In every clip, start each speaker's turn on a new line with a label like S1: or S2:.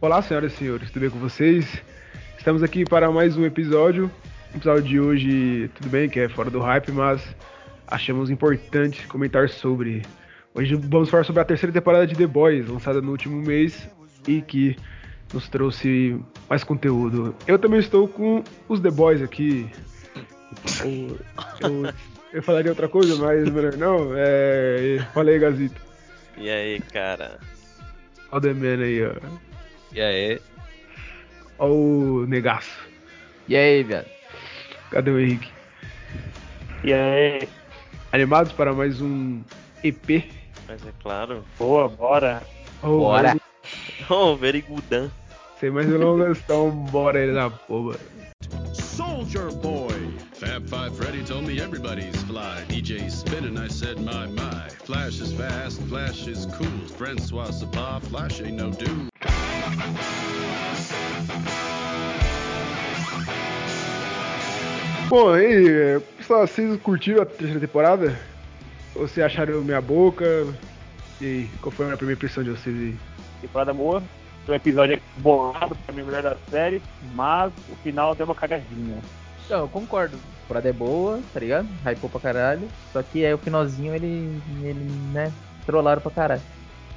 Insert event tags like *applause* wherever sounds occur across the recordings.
S1: Olá, senhoras e senhores, tudo bem com vocês? Estamos aqui para mais um episódio. O episódio de hoje, tudo bem que é fora do hype, mas achamos importante comentar sobre. Hoje vamos falar sobre a terceira temporada de The Boys, lançada no último mês e que nos trouxe mais conteúdo. Eu também estou com os The Boys aqui. Eu, eu, eu falaria outra coisa, mas melhor não. É, fala aí, Gazito.
S2: E aí, cara?
S1: Olha o The Man aí, ó.
S3: E aí?
S1: Olha o negaço.
S3: E aí, viado?
S1: Cadê o Henrique?
S4: E aí?
S1: Animados para mais um EP?
S2: Mas é claro. *laughs*
S4: Boa, bora.
S1: Oh,
S3: Bora.
S2: Oh, very good, Dan.
S1: Sem mais delongas, então bora ele na porra.
S5: Soldier Boy. Fab Five Freddy told me everybody's fly. DJ spinning, I said, my, my. Flash is fast, flash is cool. Francois Sabah, flash ain't no dude.
S1: Bom, e aí, é, pessoal, vocês curtiram a terceira temporada? Ou vocês acharam minha boca? E aí, qual foi a primeira impressão de vocês aí?
S4: Temporada boa. Um episódio bolado pra mim, o melhor da série. Mas o final deu uma cagadinha.
S3: Não, eu concordo. A temporada é boa, tá ligado? Hypou pra caralho. Só que aí o finalzinho ele, ele né, trollaram pra caralho.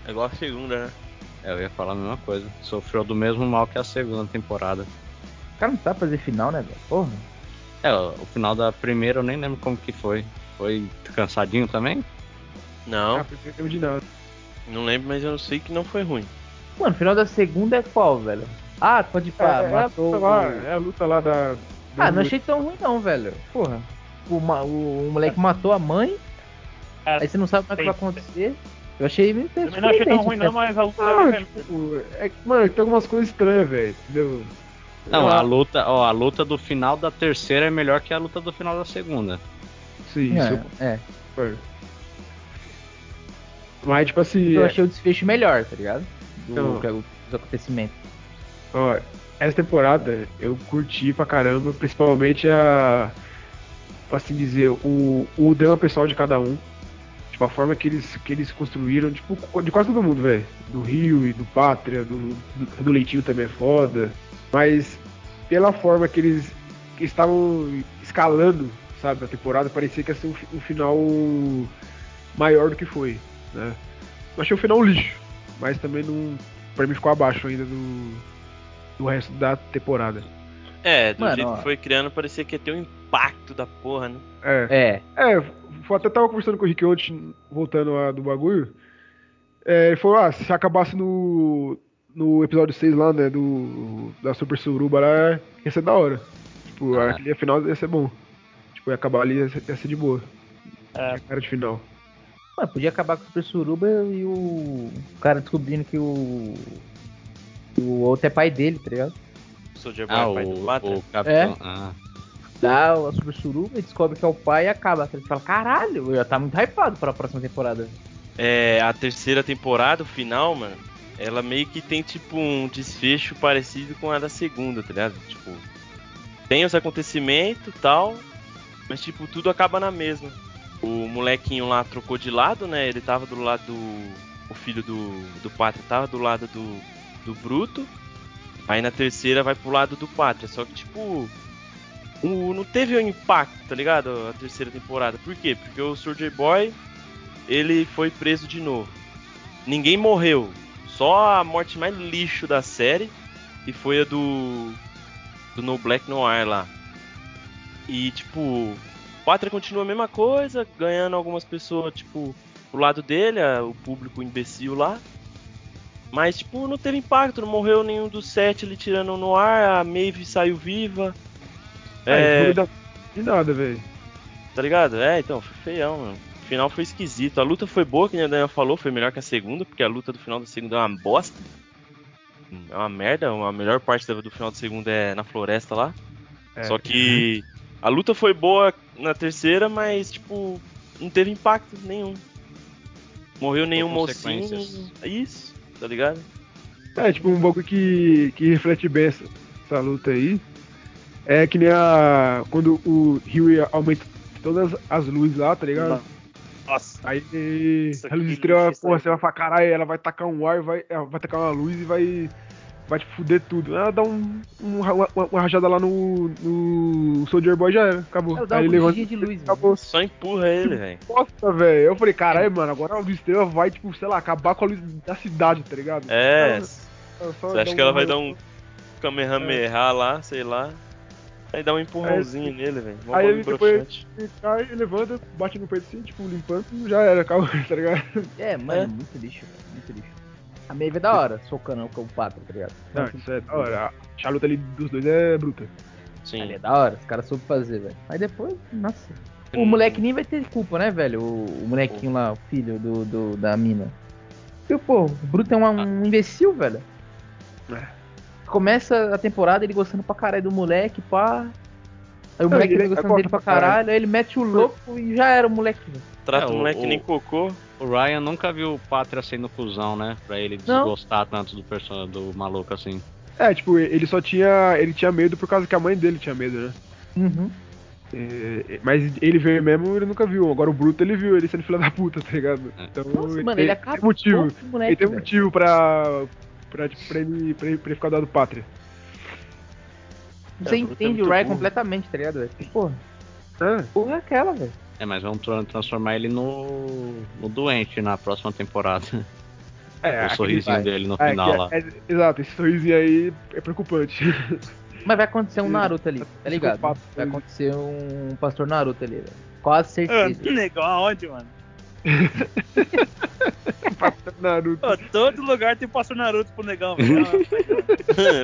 S2: É igual a segunda, né?
S6: É, eu ia falar a mesma coisa. Sofreu do mesmo mal que a segunda temporada.
S3: O cara não sabe fazer final, né, velho? Porra.
S6: É, o final da primeira eu nem lembro como que foi. Foi cansadinho também?
S1: Ah,
S2: Não,
S1: primeiro tempo de nada.
S2: não lembro, mas eu sei que não foi ruim.
S3: Mano, o final da segunda é qual, velho? Ah, pode ir
S1: é,
S3: pra.
S1: é a
S3: matou.
S1: luta lá, é a luta lá da. da-
S3: Ah, não achei tão ruim não, velho. Porra. O, ma- o, o moleque matou a mãe, aí você não sabe como é que vai acontecer. Eu achei meio
S4: Também não achei tão ruim, não,
S3: surpreendente,
S4: mas a luta tá
S3: Ah.
S1: Não, tipo, é que, mano, tem algumas coisas estranhas, velho, entendeu?
S6: Não,
S1: Ah.
S6: a luta, ó, a luta do final da terceira é melhor que a luta do final da segunda.
S1: Sim, isso. eu
S3: né? É, é.
S1: concordo. Mas, tipo assim,
S3: Eu achei o desfecho melhor, tá ligado? Do,
S1: Então-
S3: que é o- dos acontecimentos.
S1: Ó, essa temporada eu curti pra caramba, principalmente a. pra assim dizer, o, o drama pessoal de cada um. Tipo, a forma que eles, que eles construíram, tipo, de quase todo mundo, velho. Do Rio e do Pátria, do, do, do Leitinho também é foda. Mas pela forma que eles que estavam escalando, sabe, a temporada, parecia que ia ser um, fi- um final maior do que foi, né? Eu achei o final um lixo, mas também não. Pra mim ficou abaixo ainda do, do resto da temporada.
S2: É, do
S3: Mano,
S2: jeito
S3: ó.
S2: que foi criando, parecia que ia ter um impacto da porra, né?
S1: É.
S3: É,
S1: É, eu até tava conversando com o Rick ontem, voltando a, do bagulho. É, ele falou, ah, se acabasse no. no episódio 6 lá, né? Do. Da Super Suruba lá, ia ser da hora. Tipo,
S6: Ah.
S1: aquele final ia ser bom. Tipo, ia acabar ali, ia ser, ia ser de boa.
S4: É.
S1: Era de final.
S3: Mano, podia acabar com o Super Suruba e o... o cara descobrindo que o. O outro é pai dele, tá ligado?
S2: Soldier Boy
S6: Ah,
S2: pai do
S6: o,
S2: Pátria.
S6: o capitão.
S3: É?
S6: Ah,
S3: Dá o Super Suruba e descobre que é o pai e acaba. Ele fala, caralho, eu já tá muito hypado pra próxima temporada.
S2: É, a terceira temporada, o final, mano, ela meio que tem tipo um desfecho parecido com a da segunda, tá ligado? Tipo, tem os acontecimentos e tal, mas tipo, tudo acaba na mesma. O molequinho lá trocou de lado, né? Ele tava do lado do. O filho do, do Pátria tava do lado do, do Bruto. Aí na terceira vai pro lado do Pátria. Só que, tipo, o- não teve um impacto, tá ligado? A terceira temporada. Por quê? Porque o Soldier Boy ele foi preso de novo. Ninguém morreu. Só a morte mais lixo da série. E foi a do. Do No Black Noir lá. E tipo. O Pátria continua a mesma coisa, ganhando algumas pessoas, tipo, pro lado dele, a- o público imbecil lá. Mas, tipo, não teve impacto, não morreu nenhum dos sete ele tirando no ar, a Maeve saiu viva.
S1: Aí,
S2: É,
S1: não dá de nada, velho.
S2: Tá ligado? É, então, foi feião, mano. O final foi esquisito. A luta foi boa, que nem a Daniel falou, foi melhor que a segunda, porque a luta do final da segunda é uma bosta. É uma merda, a melhor parte da- do final da segunda é na floresta lá.
S1: É.
S2: Só que a luta foi boa na terceira, mas, tipo, não teve impacto nenhum. Morreu nenhum mocinho.
S6: consequências.
S2: Isso, tá ligado?
S1: É, tipo, um bagulho que, que reflete bem essa, essa luta aí. É que nem a. Quando o Rio aumenta todas as luzes lá, tá ligado?
S4: Nossa.
S1: Aí e,
S4: Isso
S1: a luz
S4: aqui,
S1: estrela,
S4: isso
S1: porra,
S4: aí.
S1: você vai falar, caralho, ela vai tacar um ar, vai, ela vai tacar uma luz e vai vai te fuder tudo. Ela dá um, um ra- uma, uma rajada lá no, no Soldier Boy já era, acabou.
S3: Ela dá uma bugiganga de luz, mano.
S1: acabou.
S2: Só empurra ele, velho.
S1: Nossa, velho. Eu falei, caralho, mano, agora a luz estrela vai, tipo, sei lá, acabar com a luz da cidade, tá ligado?
S2: É.
S1: Ela só
S2: Você acha
S1: dá
S2: que ela vai
S1: um-
S2: dar um Kamehameha lá, sei lá. Aí dá um empurrãozinho
S1: Aí-
S2: nele, velho. Mó
S1: aí
S2: bagulho
S1: ele depois-
S2: broxante.
S1: E cai, levanta, bate no peito assim, tipo, limpando, já era, acabou, *laughs* tá ligado?
S3: É, mano, muito lixo, velho, muito lixo. A Maeve é da hora, socando com o pato, tá ligado?
S1: Não, isso é da hora. A chaluta ali dos dois é bruta.
S3: Ali é
S2: Sim.
S3: da hora, os caras soube fazer, velho. Mas depois, nossa. O
S2: Hum.
S3: moleque nem vai ter culpa, né, velho? O, o molequinho lá, o filho do, do- da mina. Porque, pô, o Bruto é
S2: Ah.
S3: um, um imbecil, velho.
S2: É.
S3: Começa a temporada ele gostando pra caralho do moleque, pá. Aí o
S1: Não,
S3: moleque
S1: ele
S3: tá gostando
S1: acorda
S3: dele pra
S1: pra caralho.
S3: caralho, aí ele mete o louco e já era o moleque. velho.
S2: Trata
S6: É,
S2: o
S6: o-
S2: moleque
S6: o-
S2: nem cocô. *laughs*
S6: O Ryan nunca viu o Pátria sendo cuzão, né? Pra ele
S3: Não.
S6: desgostar tanto do, perso- do maluco assim.
S1: É, tipo, ele só tinha. Ele tinha medo por causa que a mãe dele tinha medo, né?
S3: Uhum.
S1: É, mas ele veio mesmo ele nunca viu. Agora o Bruto ele viu ele sendo filho da puta, tá ligado?
S6: É.
S1: Então
S3: Nossa,
S1: ele,
S3: mano,
S1: tem-
S3: ele
S1: tem
S3: acabou
S1: motivo.
S3: com o moleque,
S1: Ele tem um
S3: velho.
S1: motivo pra. pra, tipo, pra ele, pra, ele, pra ele ficar do lado pátria.
S3: Você
S2: É, o Bruto é
S3: entende o
S2: muito
S3: Ryan
S2: burro.
S3: completamente, tá ligado, velho? Porra,
S1: Ah,
S3: porra é aquela, velho.
S6: É, mas vamos tra- transformar ele no, no doente na próxima temporada.
S1: é,
S6: o
S1: aquele-
S6: sorrisinho
S3: vai.
S6: dele no
S1: é,
S6: final
S1: que-
S6: lá.
S1: é, é, exato, esse sorrisinho aí é
S6: *laughs*
S1: preocupante. *laughs*
S3: Mas vai acontecer um
S1: Sim.
S3: Naruto ali, tá ligado?
S1: Psicopata.
S3: Vai acontecer um pastor Naruto ali, velho. Quase
S4: Ah,
S3: certeza.
S4: Legal, aonde, mano?
S1: Naruto.
S4: Pô, todo lugar tem pastor Naruto pro negão, velho.
S3: *laughs*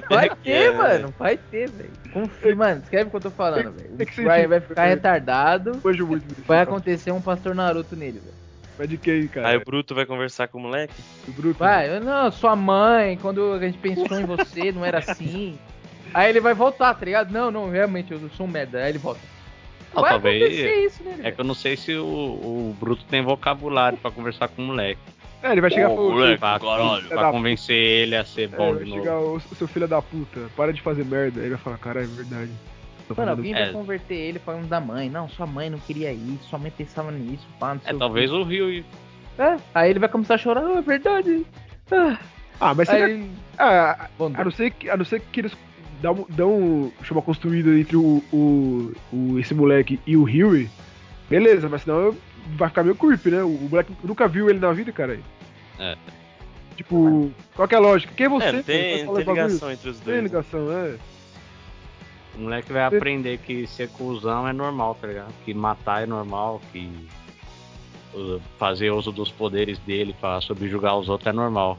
S3: Vai
S2: Pior que é,
S3: ter, mano. Vai ter, velho. Confia, mano. Escreve o que eu tô falando, velho. O
S1: é que você
S3: Ryan
S1: diz,
S3: vai ficar
S1: velho.
S3: retardado.
S1: Manjo muito disso.
S3: Vai
S1: cara.
S3: acontecer um pastor Naruto nele, velho.
S1: Mas de quem, cara?
S2: Aí o Bruto vai conversar com o moleque.
S1: O Bruto.
S3: Vai, eu- não, sua mãe, quando a gente pensou em você, não era assim. Aí ele vai voltar, tá ligado? Não, não, realmente, eu sou um merda. Aí ele volta.
S6: Não,
S3: vai
S6: talvez-
S3: acontecer isso nele,
S6: É
S3: velho.
S6: que eu não sei se o, o Bruto tem vocabulário pra conversar com o moleque.
S1: É, ele vai chegar pro-
S2: tá
S6: Pra,
S1: caralho.
S6: pra convencer ele a ser
S1: É,
S6: bom
S1: vai
S6: de novo.
S1: chegar o seu filho da puta, para de fazer merda. Ele vai falar, cara, é verdade. Tô fazendo-
S3: Mano, alguém
S6: É.
S3: vai converter ele falando da mãe. Não, sua mãe não queria isso, sua mãe pensava nisso, pá, não sei
S6: É,
S3: o
S6: talvez o Rio.
S3: quê. É, aí ele vai começar a chorar, ah, é verdade. Ah,
S1: Ah, mas será
S3: aí...
S1: Ah,
S3: Bom,
S1: a, não ser que, a não ser que eles dão, um, dão uma construída entre o, o, o- esse moleque e o Huey, beleza, mas senão vai ficar meio creepy, né? O, o moleque nunca viu ele na vida, cara.
S6: É.
S1: Tipo, qual que é a lógica? Quem é você?
S2: É, não
S1: Vai
S2: tem, não
S1: falar
S2: tem
S1: bagulho?
S2: ligação entre os
S1: Não tem
S2: dois. né?
S1: ligação, é.
S6: O moleque vai aprender que ser cuzão é normal, tá ligado? Que matar é normal, que uh, fazer uso dos poderes dele pra subjugar os outros é normal.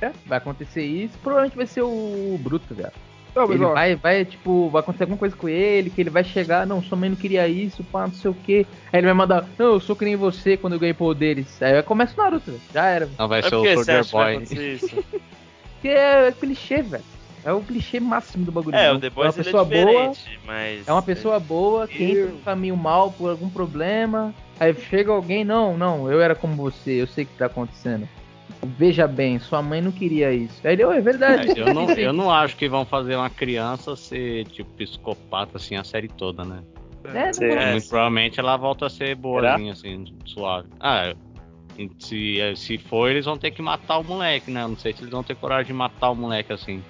S3: É, vai acontecer isso. Provavelmente vai ser o Bruto, velho.
S1: Não, mas
S3: Ele
S1: ó,
S3: vai, vai, tipo, vai acontecer alguma coisa com ele, que ele vai chegar, não, sua mãe não queria isso, pá, não sei o quê. Aí ele vai mandar, não, eu sou que nem você quando eu ganhei poderes. Aí começa o Naruto, velho. Já era, velho.
S6: Não vai
S2: Mas
S6: ser
S2: por
S6: o
S2: que É você
S6: Soldier
S2: acha que vai
S6: Boy. *laughs*
S2: acontecer isso?
S1: *laughs*
S3: Porque é, clichê, velho. É o clichê máximo do bagulho.
S2: É,
S3: Não,
S2: o The Boys
S3: é uma
S2: ele é
S3: pessoa boa,
S2: diferente, mas.
S3: é uma pessoa boa que
S1: Eu-
S3: entra no caminho mal por algum problema. Aí chega alguém, não, não, eu era como você, eu sei o que tá acontecendo. Veja bem, sua mãe não queria isso. Aí ele, "Oh, é verdade.
S6: Eu não, eu não acho que vão fazer uma criança ser, tipo, psicopata assim a série toda, né?
S3: É,
S4: Sei,
S3: não-
S2: É,
S6: Muito
S2: sim.
S6: provavelmente ela volta a ser boazinha, assim, suave. Ah, e se, eh, se for, eles vão ter que matar o moleque, né? Eu Não sei se eles vão ter coragem de matar o moleque assim.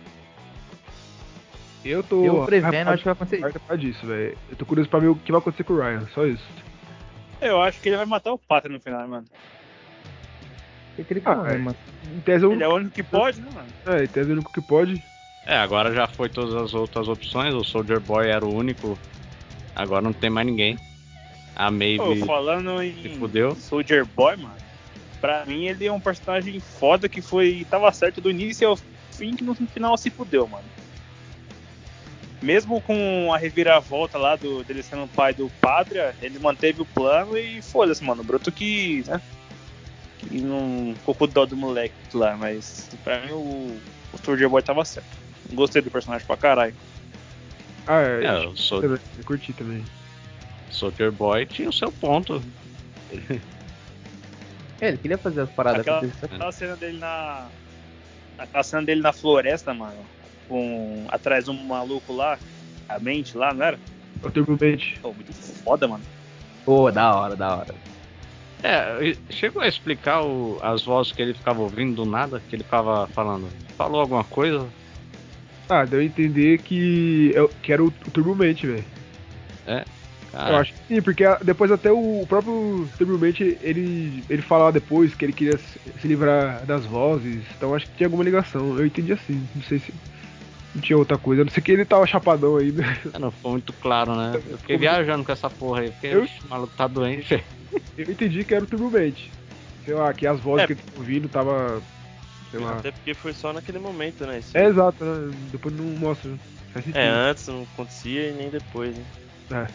S1: eu tô.
S3: eu prevendo,
S1: hypado-
S3: acho que vai acontecer isso.
S1: hypado pra disso, velho. Eu tô curioso pra ver o que vai acontecer com o Ryan, só isso.
S4: *laughs* Eu acho que ele vai matar o Pato no final, mano.
S3: Eu queria que
S1: Ah,
S3: eu morresse,
S1: é.
S3: mano.
S1: Em tese, eu,
S4: Ele é o único que pode, né, mano?
S1: é, em tese, é o único que pode.
S6: É, agora já foi todas as outras opções. O Soldier Boy era o único. Agora não tem mais ninguém. A
S4: Pô,
S6: Maeve
S4: falando
S6: se
S4: em
S6: fudeu.
S4: Soldier Boy, mano, pra mim ele é um personagem foda que foi. tava certo do início ao fim, que no final se fudeu, mano. Mesmo com a reviravolta lá do, dele sendo o pai do Pátria, ele manteve o plano e foda-se, mano. O Bruto que. né? Que não ficou com dó do moleque lá, mas pra mim o, o Soldier Boy tava certo. Gostei do personagem pra caralho.
S1: Ah, é.
S6: É, o Sol-
S1: eu, eu curti também.
S6: Soldier Boy tinha o seu ponto.
S3: É, ele queria fazer as paradas
S4: Aquela-
S3: acontecer.
S4: Aquela cena dele na. Aquela cena dele na floresta, mano. Com. Atrás de um maluco lá. A mente lá, não era?
S1: Eu tenho um mente.
S4: Pô, muito foda, mano.
S3: Pô, da hora, da hora.
S6: É, e- chegou a explicar o- as vozes que ele ficava ouvindo do nada, que ele ficava falando. Falou alguma coisa?
S1: Ah, deu a entender que, eu, que era o, o Turbulmente, velho. Eu
S6: Cara,
S1: acho que sim, porque a- depois até o próprio Turbulmente, ele, ele falava depois que ele queria se se livrar das vozes, então acho que tinha alguma ligação. Eu entendi assim, não sei se não tinha outra coisa, a não ser que ele tava chapadão aí, né? *laughs*
S6: não foi muito claro, né? Eu
S1: Ficou
S6: fiquei viajando com essa porra aí, porque
S1: Eu-
S6: ixi, o maluco tá doente, velho.
S1: Eu entendi que era o Turbulmente. Sei lá, que as vozes
S2: É.
S1: que ele tava ouvindo tava. Sei lá.
S2: Até porque foi só naquele momento, né? Isso-
S1: É exato, né? Depois não mostra. Faz sentido.
S2: É, antes não acontecia e nem depois, né?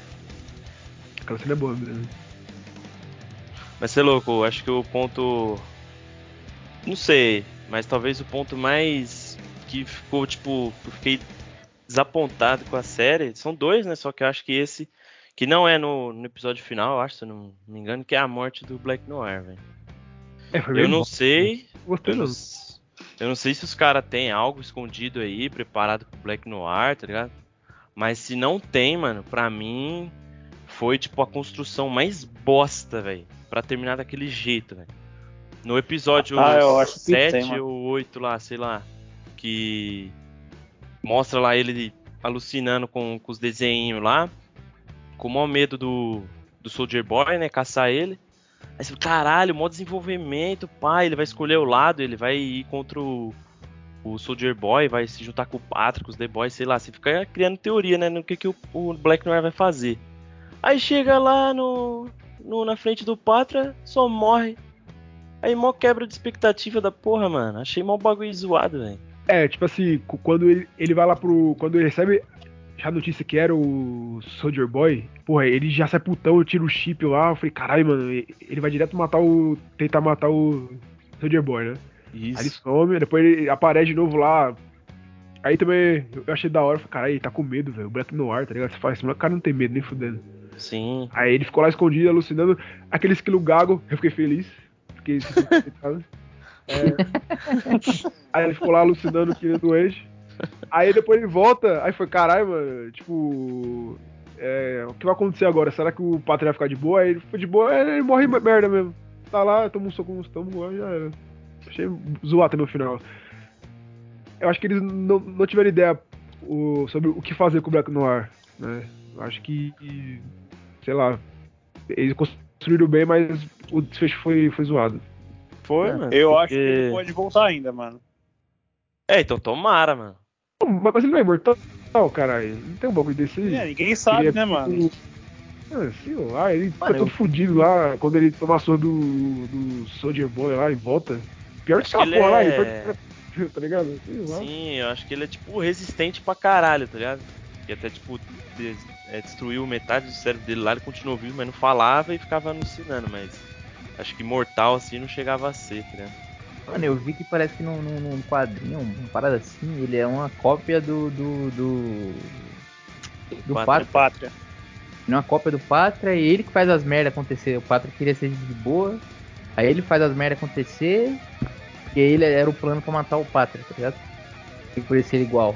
S1: Aquela cena é boa mesmo.
S2: Mas sei louco, eu acho que o ponto. Não sei, mas talvez o ponto mais que ficou, tipo, eu fiquei desapontado com a série. São dois, né? Só que eu acho que esse, que não é no, no episódio final, eu acho, se eu não me engano, que é a morte do Black Noir, velho.
S1: É, foi
S2: Eu
S1: bem
S2: não
S1: bom.
S2: sei.
S1: Gostei,
S2: Eu não,
S1: não.
S2: s- eu não sei se os caras têm algo escondido aí, preparado pro Black Noir, tá ligado? Mas se não tem, mano, pra mim foi tipo a construção mais bosta, velho. Pra terminar daquele jeito, velho. No episódio
S4: Ah, eu acho que
S2: 7
S4: tem, mano.
S2: ou 8 lá, sei lá, que mostra lá ele alucinando com, com os desenhinhos lá, com o maior medo do, do Soldier Boy, né, caçar ele. Aí você, fala, caralho, mó desenvolvimento, pai, ele vai escolher o lado, ele vai ir contra o, o Soldier Boy, vai se juntar com o Patrick, os The Boys, sei lá, você fica criando teoria, né, no que, que o, o Black Noir vai fazer. Aí chega lá no, no- na frente do Patra, só morre. Aí mó quebra de expectativa da porra, mano. Achei mó bagulho zoado, velho.
S1: É, tipo assim, cu- quando ele, ele vai lá pro. Quando ele recebe já a notícia que era o Soldier Boy, porra, ele já sai putão, tira o chip lá. Eu falei, caralho, mano, e- ele vai direto matar o. tentar matar o Soldier Boy, né? Aí ele some, depois ele aparece de novo lá. Aí também eu achei da hora, eu falei, caralho, ele tá com medo, velho. O Black Noir, tá ligado? Você fala assim, mas o cara não tem medo, nem fudendo.
S2: Sim.
S1: Aí ele ficou lá escondido, alucinando. Aquele esquilo gago, eu fiquei feliz. Fiquei sabe? É. Aí ele ficou lá alucinando que ele é doente. Aí depois ele volta, aí foi, caralho, mano, tipo. é, o que vai acontecer agora? Será que o Pátria vai ficar de boa? Aí ele foi de boa, aí ele morre merda mesmo. Tá lá, toma um soco no estômago, aí já era. Achei zoado também o final. Eu acho que eles não, não tiveram ideia o- sobre o que fazer com o Black Noir, né? Eu Acho que sei lá, eles construíram bem, mas o desfecho foi, foi zoado.
S2: Foi,
S3: É,
S2: mano.
S4: Eu acho que
S2: porque-
S4: ele pode voltar ainda, mano.
S2: É, então tomara, mano.
S1: Pô, Mas ele não é imortal, caralho. Não tem um bagulho desse.
S4: É, ninguém sabe,
S1: Ele é
S4: né, mano?
S1: tipo- Ah, sei lá, ele fica
S2: Mano,
S1: todo fudido lá quando ele toma a surra do, do Soldier Boy lá e volta. Pior que
S2: Acho
S4: Ah,
S1: aquela
S2: que ele
S1: porra lá, ele
S2: é...
S1: foi- tá ligado? Sei
S4: né?
S1: lá.
S2: Sim, eu acho que ele é tipo resistente pra caralho, tá ligado? Que até tipo de- é, destruiu metade do cérebro dele lá, ele continuou vivo, mas não falava e ficava alucinando, mas acho que mortal assim não chegava a ser, tá ligado?
S3: Mano, eu vi que parece que num, num, num quadrinho, uma parada assim, ele é uma cópia do. do. do. do
S2: Pátria.
S4: Do
S3: Pátria.
S4: Pátria.
S3: Ele é uma cópia do Pátria e ele que faz as merdas acontecer. O Pátria queria ser de boa, aí ele faz as merdas acontecer, porque ele era o plano pra matar o Pátria, tá ligado? E por ele ser igual.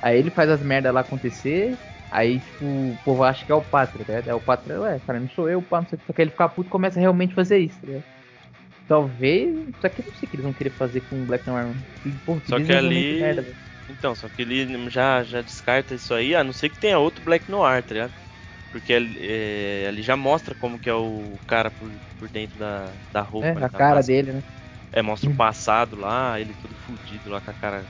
S3: Aí ele faz as merdas lá acontecer, aí tipo, o povo acha que é o Pátria, tá ligado? É o Pátria, ué, cara, não sou eu, pá, não sei o que. Só que ele fica puto e começa a realmente fazer isso, tá ligado? Talvez. Só que eu não sei o que eles vão querer fazer com o Black Noir. mano. Porra,
S2: Só que
S3: desenvolvimento
S2: ali-
S3: de merda, velho.
S2: Então, só que ele já, já descarta isso aí, a não ser que tenha outro Black Noir, tá ligado? Porque ali, é, ali já mostra como que é o cara por, por dentro da, da roupa.
S3: É,
S2: né,
S3: a
S2: da
S3: cara
S2: máscara.
S3: dele, né?
S2: É, mostra o passado lá, ele todo fudido lá com a cara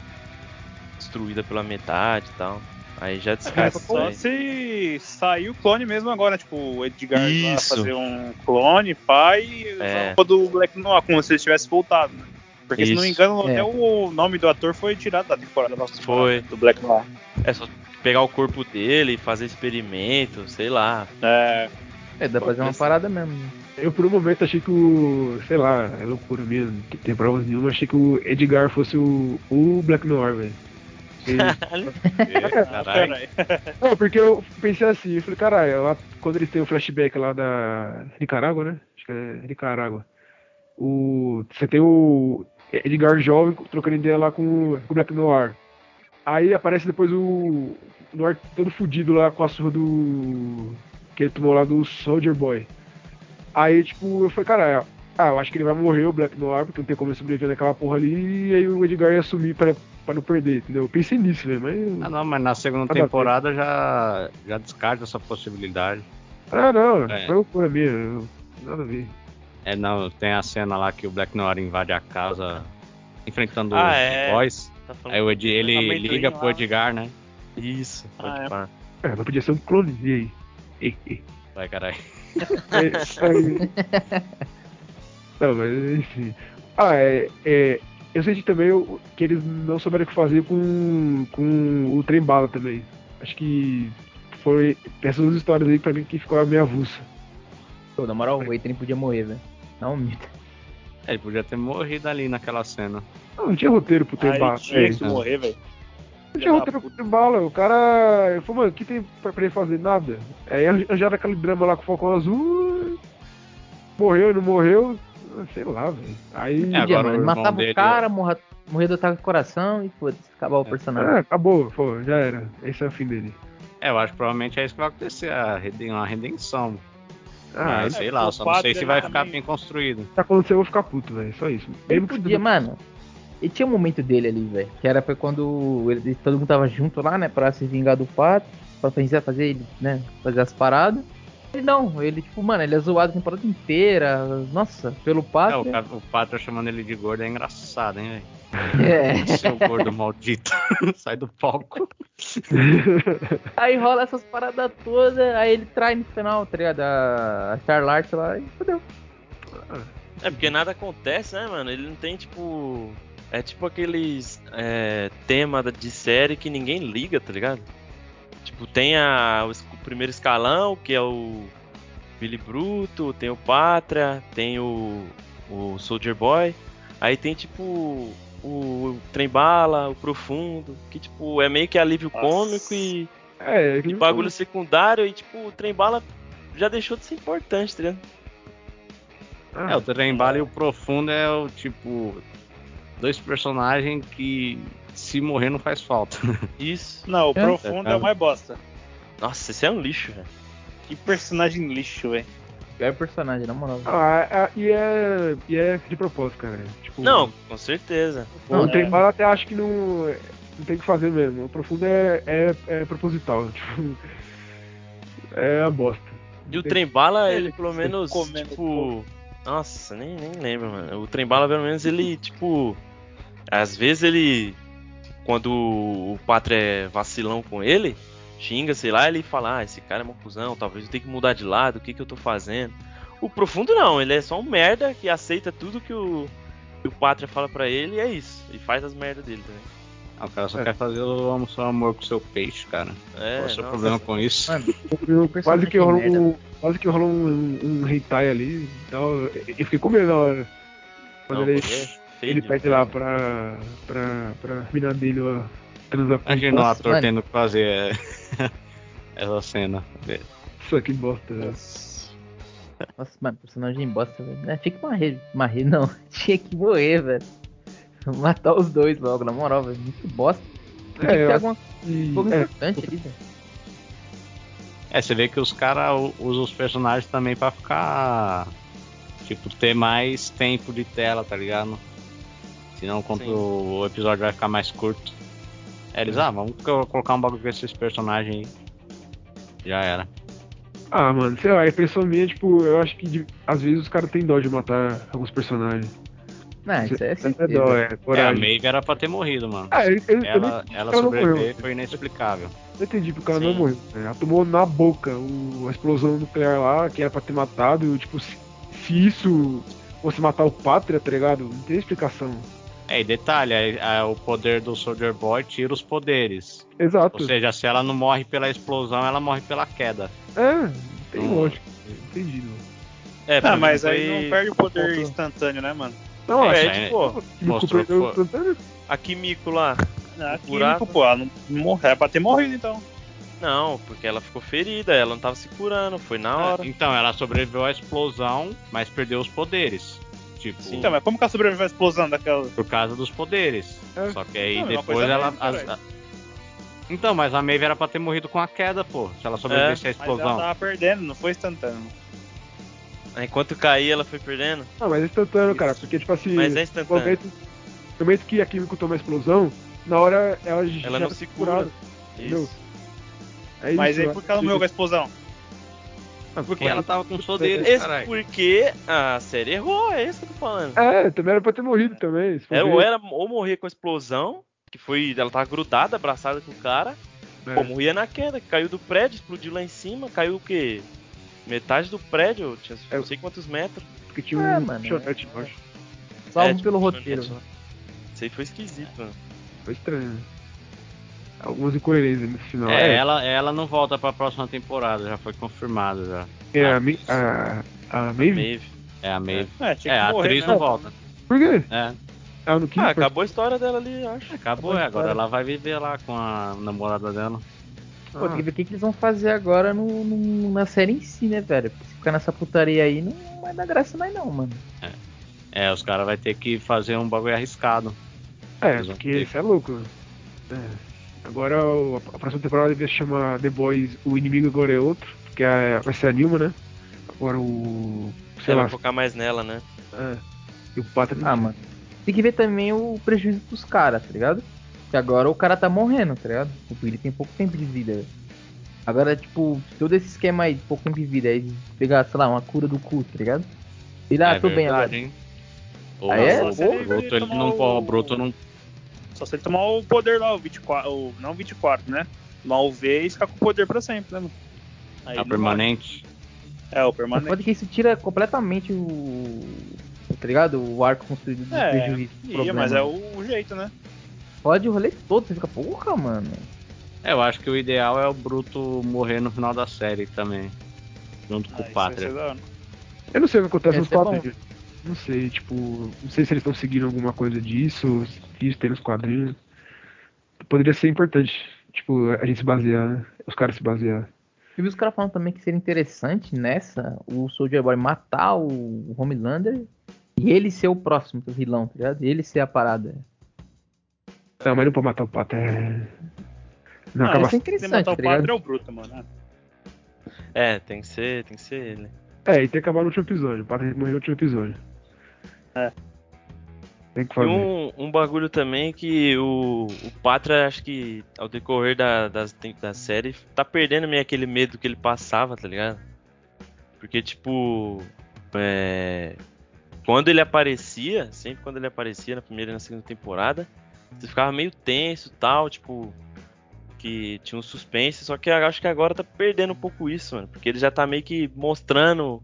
S2: destruída pela metade e tal. Aí já
S4: É,
S2: descarta isso
S4: só
S2: aí.
S4: se sair o clone mesmo agora, tipo, o Edgar lá
S2: Isso.
S4: fazer um clone, pai, e usar
S2: É.
S4: a roupa do Black Noir, como se ele tivesse voltado, né? Porque se não me
S2: Isso.
S4: engano,
S3: É.
S4: até o nome do ator foi tirado da temporada da nossa temporada,
S2: Foi.
S4: do Black Noir.
S2: É só pegar o corpo dele e fazer experimento, sei lá.
S4: É,
S3: É, dá pra
S2: Pode
S3: fazer uma
S2: pensar.
S3: parada mesmo.
S1: Eu por um momento achei que o. sei lá, é loucura mesmo, não tem provas nenhuma, achei que o Edgar fosse o, o Black Noir, velho. Ele-
S2: Caralho.
S4: peraí.
S1: Não, porque eu pensei assim, eu falei, caralho, lá, quando eles têm o flashback lá da Nicarágua, né? Acho que é Nicarágua. O, você tem o Edgar jovem trocando ideia lá com, o- com o Black Noir. Aí aparece depois o Noir todo fudido lá com a surra do. que ele tomou lá do Soldier Boy. Aí, tipo, eu falei, caralho, Ah, eu acho que ele vai morrer, o Black Noir, porque não tem como ele sobreviver naquela porra ali, e aí o Edgar ia assumir pra, pra não perder, entendeu? Eu pensei nisso, né? Mas.
S6: Ah, não, mas na segunda
S1: Nada a ver.
S6: temporada já, já descarta essa possibilidade.
S1: Ah, não,
S6: É.
S1: foi loucura minha. Nada a ver.
S6: É, não, tem a cena lá que o Black Noir invade a casa enfrentando
S2: Ah,
S6: os
S2: é.
S6: boys.
S2: Tá falando
S6: Aí o Ed, ele
S4: Amendoim
S6: liga pro
S4: lá.
S6: Edgar, né?
S2: Isso, pode
S4: Ah, é.
S2: pá.
S1: É, mas podia ser um clone aí. *laughs* Ei, ei.
S6: Vai, caralho.
S1: É, aí- Não, mas enfim. Ah, é, é, eu senti também o- que eles não souberam o que fazer com, com o trem bala também. Acho que foi essas duas histórias aí pra mim que ficou meio avulsa.
S3: Pô, na moral, o Eitren podia morrer, velho. Não, mito.
S6: É, *laughs* ele podia ter morrido ali naquela cena.
S1: Não, não tinha roteiro pro trem bala.
S4: Aí tinha
S1: É,
S4: que
S6: né?
S4: morrer, velho.
S1: não tinha roteiro pro trem bala. O cara. Eu falei, mano, o que tem pra, pra ele fazer? Nada. Aí arranjaram aquele drama lá com o Falcão Azul. Morreu, não morreu. ah, Sei lá, velho. Aí.
S6: É,
S3: Podia,
S6: agora o
S3: mano. Ele
S6: irmão
S3: matava
S6: dele-
S3: o cara, morra, morria do ataque do coração e foda-se, acabava o personagem.
S1: Ah, acabou, pô, já era. Esse é o fim dele.
S6: É, eu acho que provavelmente é isso que vai acontecer, a reden- uma redenção.
S1: Ah,
S6: Mas
S1: isso
S6: sei
S4: é,
S6: lá, eu
S4: o
S6: só não sei
S4: padre
S6: se vai
S4: lá
S6: ficar
S4: também-
S6: bem construído.
S1: tá acontecendo, eu vou ficar puto, velho. Só isso.
S3: Ele podia, mano. E tinha um momento dele ali, velho. Que era foi quando ele, todo mundo tava junto lá, né? Pra se vingar do pato. Pra tentar fazer ele, né? Fazer as paradas. Ele não, ele, tipo, mano, ele é zoado a temporada inteira. Nossa, pelo
S6: É, o,
S3: pato.
S6: ca- o Pátria chamando ele de gordo é engraçado, hein,
S3: *laughs* É.
S6: velho? Seu gordo maldito. *laughs* Sai do palco.
S3: Aí rola essas paradas todas. Aí ele trai no final, tá ligado? A a Starlight lá e fodeu.
S2: É porque nada acontece, né, mano? Ele não tem tipo. É tipo aqueles é, tema da- de série que ninguém liga, tá ligado? Tipo, tem a, o, es- o primeiro escalão, que é o Billy Bruto, tem o Patra, tem o, o Soldier Boy. Aí tem tipo o, o Trem Bala, o Profundo, que tipo é meio que alívio
S4: Nossa.
S2: cômico e
S1: É,
S2: e bagulho secundário e tipo, o trem bala já deixou de ser importante, tá ligado?
S6: É, o Trembala e o Profundo é o tipo. Dois personagens que se morrer não faz falta. *laughs*
S2: Isso.
S4: Não, o
S3: É.
S4: profundo é o mais bosta.
S2: Nossa, isso é um lixo, velho.
S4: Que personagem lixo, velho.
S3: Pior É personagem, na moral.
S1: Ah, ah, e, é, e é de propósito, cara. Tipo,
S2: Não, com certeza.
S1: o
S3: não,
S1: trem
S4: é.
S1: bala até acho que não, não tem o que fazer mesmo. O profundo é, é, é proposital. *laughs* Tipo, é a bosta.
S2: E o trem bala,
S4: Ele
S2: ele pelo menos,
S4: comendo
S2: tipo. Nossa, nem, nem lembro, mano. O trem bala, pelo menos, ele, tipo. Às vezes ele. Quando o Patra é vacilão com ele, xinga, sei lá, ele fala, ah, esse cara é uma cuzão, talvez eu tenha que mudar de lado, o que que eu tô fazendo? O profundo não, ele é só um merda que aceita tudo que o, que o Pátria fala pra ele e é isso. E faz as merdas dele também.
S6: Ah, o cara só
S1: É.
S6: quer fazer o am- seu amor com o seu peixe, cara.
S2: É,
S6: Qual é o seu
S2: nossa.
S6: problema com isso?
S3: Mano,
S1: Quase
S3: personagem
S1: que rolou
S3: merda.
S1: um. Quase que rolou um, um, um hentai ali. Então, eu fiquei com medo na hora. Quando
S2: Não,
S1: ele,
S2: porque é feio
S1: ele
S2: demais.
S1: pede lá pra. pra. pra mina dele lá. Transar com
S6: Imagina o
S3: Nossa,
S6: ator
S3: mano.
S6: tendo que fazer é, *laughs* essa cena.
S1: isso, que bosta. né?
S3: Nossa, mano, personagem bosta, velho. Né, Tinha que morrer, morrer não. *laughs* Tinha que morrer, velho. Matar os dois logo, na moral, velho. Muito bosta.
S1: eu
S3: Tinha que ter
S1: acho
S3: alguma
S1: que-
S3: coisa
S1: é,
S3: importante ali, velho.
S6: É, você vê que os caras u- usam os personagens também pra ficar. Tipo, ter mais tempo de tela, tá ligado? Senão quando
S2: Sim.
S6: o episódio vai ficar mais curto. É, eles, ah, vamos co- colocar um bagulho com esses personagens aí. Já era.
S1: Ah, mano, sei lá, a impressão minha, tipo, eu acho que de- às vezes os caras têm dó de matar alguns personagens.
S3: Não, isso é
S1: Não é dó,
S3: certeza.
S1: é
S6: É, a
S1: coragem.
S6: Maeve era pra ter morrido, mano.
S1: Ah, eu, eu- eu
S6: Ela, ela
S1: ela não
S6: sobreviver
S1: morreu.
S6: foi inexplicável.
S1: não entendi porque ela não
S2: Sim.
S1: morreu. né? Ela tomou na boca o- a explosão nuclear lá, que era pra ter matado, e, tipo, se, se isso fosse matar o Pátria, tá ligado? Não tem explicação.
S6: É, e detalhe, a- a- o poder do Soldier Boy tira os poderes.
S1: Exato.
S6: Ou seja, se ela não morre pela explosão, ela morre pela queda.
S1: É, não tem
S2: Hum.
S6: Não.
S1: lógico. Entendi, não.
S2: É,
S4: Ah,
S2: pra mim
S4: mas
S2: foi
S4: aí não perde o poder
S2: ponto-
S4: instantâneo, né, mano?
S1: Não,
S2: é,
S1: acho né?
S6: é,
S2: tipo,
S1: que me
S6: mostrou
S1: surpreendeu
S6: que
S1: tanto-
S2: a Kimiko lá.
S4: Ah,
S2: O buraco.
S4: químico, pô, ela não morreu. Era pra ter morrido, então.
S2: Não, porque ela ficou ferida, ela não tava se curando, foi na hora.
S6: Então, ela sobreviveu à explosão, mas perdeu os poderes. Tipo,
S2: Sim.
S4: Então, mas como que ela sobreviveu à explosão daquela.
S6: por causa dos poderes.
S1: É.
S6: Só que aí
S4: Não, é uma
S6: depois
S4: coisa
S6: ela.
S4: mesmo, caralho.
S6: as- a- Então, mas a Maeve era pra ter morrido com a queda, pô. Se ela sobrevivesse à
S4: Mas ela
S6: explosão.
S4: tava perdendo, não foi instantâneo.
S2: Aí, Enquanto caía, ela foi perdendo.
S1: Não, mas é instantâneo,
S2: Isso.
S1: cara, porque tipo assim,
S2: Mas é
S1: no
S2: instantâneo.
S1: momento, no momento que a química toma a explosão, na hora ela, já
S2: Ela não
S1: tá
S2: segura.
S1: curada. Entendeu?
S2: Isso.
S1: É
S4: Mas
S1: isso,
S4: aí
S1: né?
S4: por que ela morreu com a explosão?
S1: Ah,
S6: Porque ela tava com o
S2: Esse
S6: deles, caralho.
S2: porque a série errou, é isso que eu tô falando.
S1: É, também era pra ter morrido também. se for
S2: Era,
S1: ver.
S2: ou era ou morrer com a explosão, que foi. Ela tava grudada, abraçada com o cara,
S1: É.
S2: ou morria na queda, que caiu do prédio, explodiu lá em cima, caiu o quê? Metade do prédio, tinha
S1: É.
S2: não sei quantos metros.
S1: Porque tinha
S3: Ah,
S1: um
S3: mano,
S1: chonete embaixo.
S3: Salvo
S2: É, tipo,
S3: pelo
S2: isso
S3: roteiro. né?
S2: aí- Isso aí foi esquisito, mano.
S1: Foi estranho. né? Algumas incoerências no final.
S6: É, ela, ela não volta pra próxima temporada, já foi confirmado já.
S1: é, a, Mi- a, a Maeve?
S2: Maeve.
S6: É a Maeve.
S4: É,
S6: É,
S4: tinha que
S6: a
S4: morrer,
S6: atriz
S4: né?
S6: não volta.
S1: Por quê?
S6: É,
S1: Ela não quis.
S2: Ah, acabou a história dela ali, eu acho.
S6: acabou, é, agora ela vai viver lá com a namorada dela.
S1: tipo,
S3: Pô, tem que
S1: ah.
S3: ver o que, que eles vão fazer agora no, no- na série em si, né, velho? Porque se ficar nessa putaria aí, não vai dar graça mais não, mano.
S6: É, os caras vão ter que fazer um bagulho arriscado.
S1: É, porque isso é louco. né? É. Agora o- a próxima temporada devia chamar The Boys O Inimigo Agora é Outro, porque a, vai ser a Nilma, né? Agora o. sei lá.
S2: ela vai focar mais nela, né?
S1: é. E o Patrick.
S3: Ah, mano. Tem que ver também o prejuízo pros caras, tá ligado? Porque agora o cara tá morrendo, tá ligado? O Billy tem pouco tempo de vida, velho. Agora, tipo, todo esse esquema aí de pouco tempo de vida, aí pegar, sei lá, uma cura do cu, tá ligado? E lá,
S6: é
S3: tô Tá, bem agora.
S6: verdade, hein? O,
S3: Ah, é?
S6: o- o
S4: Pô,
S6: Bruto, ele não,
S4: tomou-
S6: o Bruto não tá
S4: Só se ele tomar o poder lá, o 24, o, não o 24, né? Tomar o V e ficar com o poder pra sempre, né, mano? Aí
S6: tá
S4: não
S6: permanente.
S4: vai. É, o
S3: Mas
S4: permanente.
S3: pode que isso tira completamente o. Tá ligado? O arco construído do
S4: É,
S3: prejuízo. do
S4: Ia,
S3: problema.
S4: mas é o, o jeito, né?
S3: Pode o rolê todo, você fica, porra, mano.
S6: É, eu acho que o ideal é o Bruto morrer no final da série também. Junto
S2: Ah,
S6: com
S4: Aí,
S6: o
S4: você-
S6: Pátria.
S4: você dá-
S1: Eu não sei o que acontece
S3: Ia
S1: nos
S3: ser bom.
S1: quadrinhos. Não sei, tipo. Não sei se eles estão seguindo alguma coisa disso, se isso tem nos quadrinhos. Poderia ser importante. Tipo, a gente se basear, né? Os caras se basear.
S3: Eu vi os caras falando também que seria interessante nessa o Soldier Boy matar o Homelander e ele ser o próximo vilão, tá ligado? E ele ser a parada.
S1: Não, mas não pode matar o Pato. É... Não,
S4: Ah,
S1: acaba.
S3: isso é
S4: Se
S3: interessante,
S4: matar
S3: tá
S4: o padre
S3: ligado?
S4: é o bruto, mano.
S2: É, tem que ser, tem que ser ele.
S1: É, e tem que acabar no último episódio. O Pato morreu no último episódio.
S4: É.
S1: Tem que
S2: E
S1: fazer.
S2: um, um bagulho também que o, o Patra, acho que ao decorrer da, das tem- da série, tá perdendo meio aquele medo que ele passava, tá ligado? Porque, tipo, é, quando ele aparecia, sempre quando ele aparecia na primeira e na segunda temporada, você ficava meio tenso e tal, tipo, que tinha um suspense, só que eu acho que agora tá perdendo um pouco isso, mano, porque ele já tá meio que mostrando,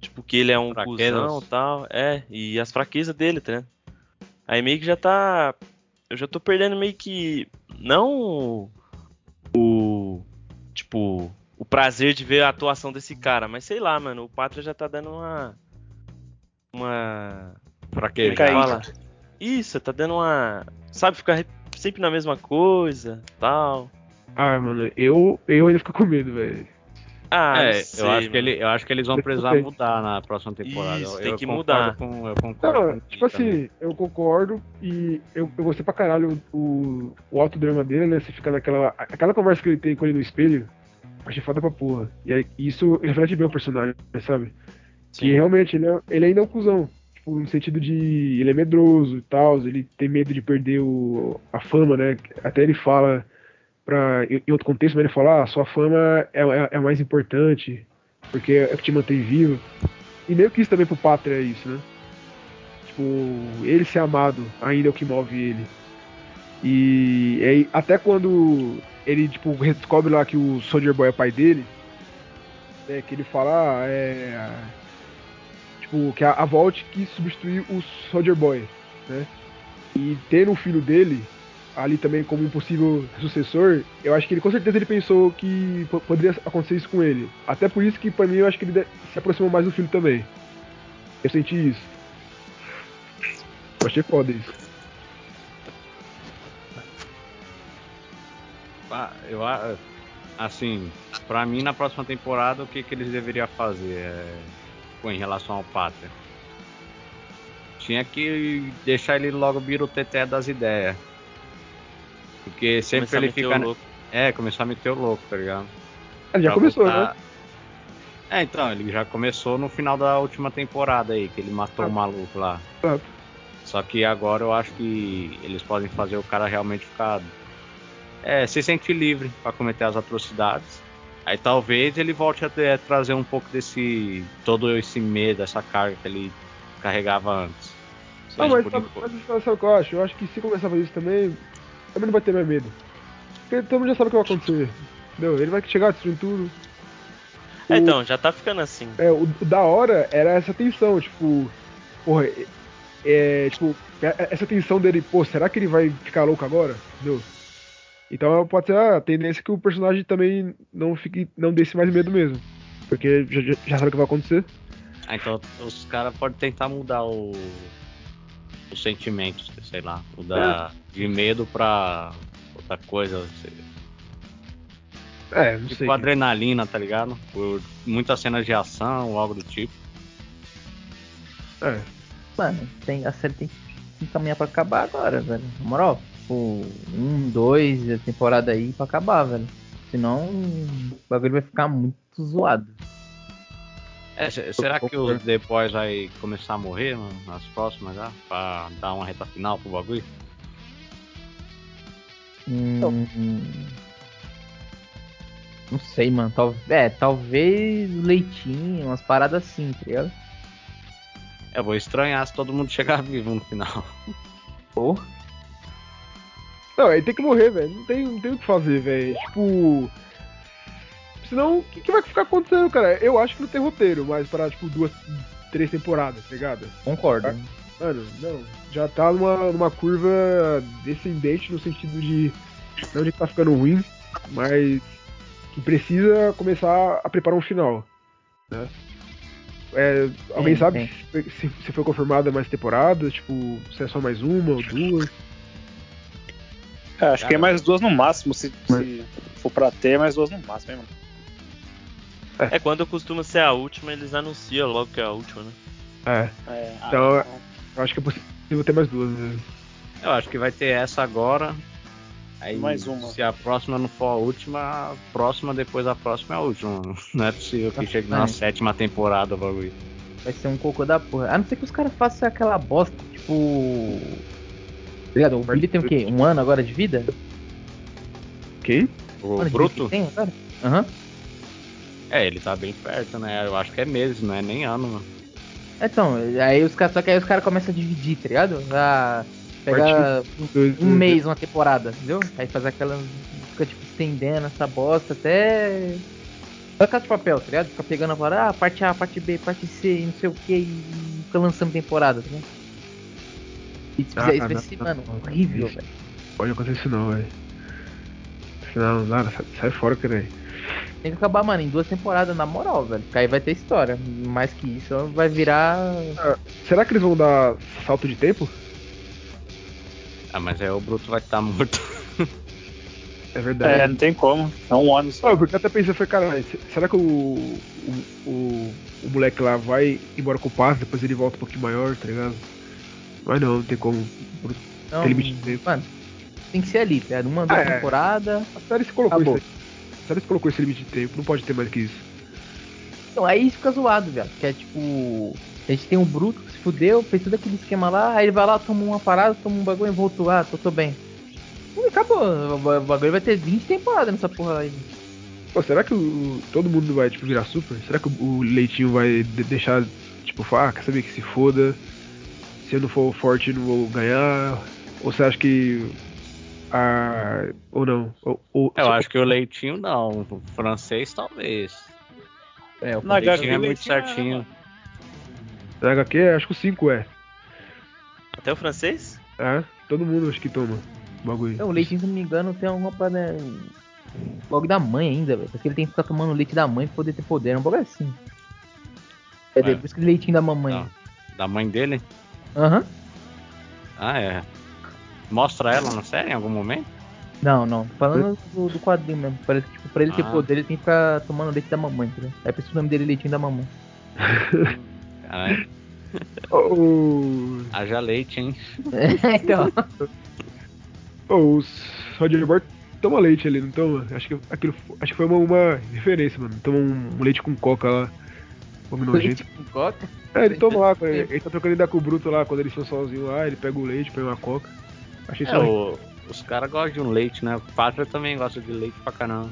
S2: tipo, que ele é um
S6: Fraquezas.
S2: cuzão e tal, é, e as fraquezas dele, tá ligado? Aí meio que já tá. Eu já tô perdendo meio que. Não o. Tipo, o prazer de ver a atuação desse cara, mas sei lá, mano, o Pátria já tá dando uma. Uma.
S6: Pra
S2: Como
S6: quê?
S2: é que
S4: Caída.
S2: fala? Isso, tá dando uma. Sabe, ficar re- sempre na mesma coisa tal.
S1: Ah, mano, eu, eu ainda fico com medo, velho.
S2: Ah,
S6: É,
S2: não
S6: eu,
S2: sei,
S6: acho que
S2: mano.
S6: ele, eu acho que eles vão
S1: Eu
S6: precisar
S1: também.
S6: mudar na próxima temporada.
S2: Isso,
S6: Eu-
S2: tem
S6: eu
S2: que
S6: concordo
S2: mudar.
S6: Com, eu concordo
S1: Não,
S6: com
S1: tipo
S6: o Gui também.
S1: assim, eu concordo e eu, eu gostei pra caralho o, o, o autodrama dele, né? Você fica naquela. Aquela conversa que ele tem com ele no espelho, achei foda pra porra. E aí, isso reflete bem o personagem, sabe? Que
S2: Sim.
S1: realmente ele, é, ele ainda é um cuzão. Tipo, no sentido de. Ele é medroso e tal, ele tem medo de perder o, a fama, né? Até ele fala. Pra, em em outro contexto, mas ele fala: ah, sua fama é, é, é mais importante, porque é o que te mantém vivo. E meio que isso também pro Pátria é isso, né? Tipo, ele ser amado ainda é o que move ele. E aí, até quando ele, tipo, descobre lá que o Soldier Boy é pai dele, né, que ele fala, ah, é. Tipo, que a, a Vault quis substituir o Soldier Boy, né? E ter um filho dele ali também como um possível sucessor, eu acho que ele com certeza ele pensou que po- poderia acontecer isso com ele. Até por isso que pra mim eu acho que ele de- se aproximou mais do filho também. Eu senti isso. Eu achei foda isso.
S6: Ah, eu a- assim, pra mim na próxima temporada o que, que eles deveriam fazer é, com- em relação ao Pátria? Tinha que deixar ele logo vir o teté das ideias. Porque sempre
S2: Começar a
S6: ele
S2: meter o
S6: fica.
S2: louco.
S6: É, começar a meter o louco, tá ligado?
S1: Ah, já
S6: Pra
S1: começou,
S6: voltar-
S1: né?
S6: É, então, ele já começou no final da última temporada aí, que ele matou o maluco lá.
S1: Ah.
S6: Só que agora eu acho que eles podem fazer o cara realmente ficar. É, se sentir livre pra cometer as atrocidades. Aí talvez ele volte a ter- trazer um pouco desse. todo esse medo, essa carga que ele carregava antes.
S1: Não, mas,
S6: Mas
S1: tá-
S6: por
S1: sabe,
S6: enquanto-
S1: mas sabe- sabe o que eu acho? Eu acho que se começar a fazer isso também, também não vai ter mais medo. Porque todo mundo já sabe o que vai acontecer. Entendeu? Ele vai chegar destruindo tudo.
S2: É, então, já tá ficando assim.
S1: É, o, o da hora era essa tensão, tipo. Porra, é- é. Tipo, é- é- essa tensão dele, pô, será que ele vai ficar louco agora? Entendeu? Então pode ser a tendência que o personagem também não fique. não desse mais medo mesmo. Porque já, já- já sabe o que vai acontecer.
S6: Ah, então os caras podem tentar mudar o. os sentimentos, sei lá. Mudar de medo pra outra coisa. sei-
S1: É, não sei.
S6: Tipo adrenalina, tá ligado? Por muitas cenas de ação ou algo do tipo.
S1: É.
S3: Mano, tem, a série tem que encaminhar pra acabar agora, velho. Na moral, tipo, um, dois a temporada aí pra acabar, velho. Senão o bagulho vai ficar muito zoado.
S6: É, se- será que o depois vai começar a morrer mano, nas próximas já? Pra dar uma reta final pro bagulho?
S3: Hum, não sei, mano. Tal, é, talvez leitinho, umas paradas assim, tá ligado?
S6: Eu vou estranhar se todo mundo chegar *laughs* vivo no final.
S3: Ou
S1: Não, ele tem que morrer, velho. Não tem, não tem o que fazer, velho. Tipo. Senão, o que, que vai ficar acontecendo, cara? Eu acho que não tem roteiro, mas para, tipo, duas, três temporadas, tá ligado?
S3: concordo.
S1: Mano, não. Já tá numa, numa curva descendente no sentido de. Não de que tá ficando ruim, mas. Que precisa começar a preparar um final. Né? É, alguém
S3: Sim,
S1: sabe se, se foi confirmada mais temporadas? Tipo, se é só mais uma ou duas?
S4: É, acho que é
S6: Cara.
S4: mais duas no máximo, se, se for pra ter, é mais duas no máximo, hein, mano.
S2: É quando costuma ser a última, eles anunciam logo que é a última, né?
S1: É.
S4: É, a-
S1: Então, eu acho que é possível ter mais duas. Né?
S6: Eu acho que vai ter essa agora. Aí,
S4: Mais uma.
S6: Se a próxima não for a última, a próxima depois da próxima é a última. *laughs* Não é possível que chegue na
S3: É.
S6: sétima temporada o bagulho.
S3: Vai ser um cocô da porra. A não ser que os caras façam aquela bosta, tipo. Tá ligado? O Billy tem o quê? Um ano agora de vida?
S1: Quem?
S6: O
S3: Um ano de vida
S6: Bruto?
S3: que Tem agora? Aham.
S6: É, ele tá bem perto, né? Eu acho que é meses, não é nem ano, mano.
S3: Então, aí os caras. Só que aí os caras começam a dividir, tá ligado? Ah, pegar um mês, uma temporada, entendeu? Aí fazer aquela. Fica tipo estendendo essa bosta até. Só casa de papel, tá ligado? Fica pegando a parada, ah, parte A, parte B, parte C, e não sei o que, e fica lançando temporada, tá ligado? E tipo, se fizer
S1: Ah,
S3: isso vai
S1: não,
S3: ser,
S1: não,
S3: mano,
S1: não, não,
S3: horrível,
S1: não.
S3: velho.
S1: Pode acontecer isso não, velho. Senão, nada, sai, sai fora, cara.
S3: Tem que acabar, mano, em duas temporadas, na moral, velho. Porque aí vai ter história. Mais que isso, vai virar.
S1: Ah, Será que eles vão dar salto de tempo?
S6: Ah, mas aí o Bruto vai estar *laughs* morto.
S1: É verdade.
S4: É, não tem como. É um ano só.
S1: Não, porque eu até pensei, eu falei, cara, se- será que o, o, o, o moleque lá vai embora com o passo, depois ele volta um pouquinho maior, tá ligado? Mas não, não tem como.
S3: Não,
S1: Tem limite de tempo.
S3: mano, tem que ser ali, tá ligado? Uma, duas
S1: Ah, é.
S3: temporadas.
S1: A série se colocou
S3: Acabou.
S1: isso aí. A série se colocou esse limite de tempo, não pode ter mais que isso.
S3: Então, aí fica zoado, velho. Que é tipo. A gente tem um bruto que se fudeu, fez todo aquele esquema lá, aí ele vai lá, toma uma parada, toma um bagulho e voltou. Ah, tô, tô bem. Ui, acabou. O ba- o bagulho vai ter 20 temporadas nessa porra aí.
S1: Pô, será que o- todo mundo vai, tipo, virar super? Será que o, o Leitinho vai de- deixar, tipo, falar, ah, quer saber que se foda? Se eu não for forte, não vou ganhar? Ou você acha que... Ah, ou não? Ou, ou-
S6: Eu acho que o Leitinho não. O francês talvez.
S3: É, o
S4: Na
S6: Leitinho
S4: HQ,
S6: é muito
S4: Leitinho é- *laughs*
S6: certinho.
S1: Na HQ, acho que o 5 é.
S2: Até o
S6: *laughs*
S2: francês?
S1: É, todo mundo acho que toma o bagulho.
S3: Não, É, o leitinho, se não me engano, tem alguma parada. Logo da mãe ainda, velho. Porque ele tem que ficar tomando leite da mãe pra poder ter poder. É um bagulho assim. É, Tá.
S6: É.
S3: por isso que leitinho da mamãe.
S6: Não. Da mãe dele?
S3: Aham.
S6: Ah, é. Mostra ela na série em algum momento?
S3: Não, não. Falando do, do quadrinho mesmo. Parece que, tipo, pra ele ter
S6: Ah.
S3: poder, ele tem que ficar tomando leite da mamãe, entendeu? É por isso que o nome dele é leitinho da *laughs* mamãe.
S6: Caralho.
S1: Ou
S3: É,
S6: Haja leite, hein?
S3: então.
S1: ou o Roger Moore toma leite ali, não toma? Acho que aquilo fo- acho que foi uma, uma referência, mano. Toma um, um leite com coca lá. Homem nojento.
S3: Leite com coca?
S1: É, ele toma
S6: *laughs*
S1: lá, ele, ele tá trocando ideia com o Bruto lá, quando eles estão sozinhos lá, ele pega o leite, pega uma coca. Achei
S6: É,
S1: só.
S6: o- os caras gostam de um leite, né? O Pátria também gosta de leite pra caramba.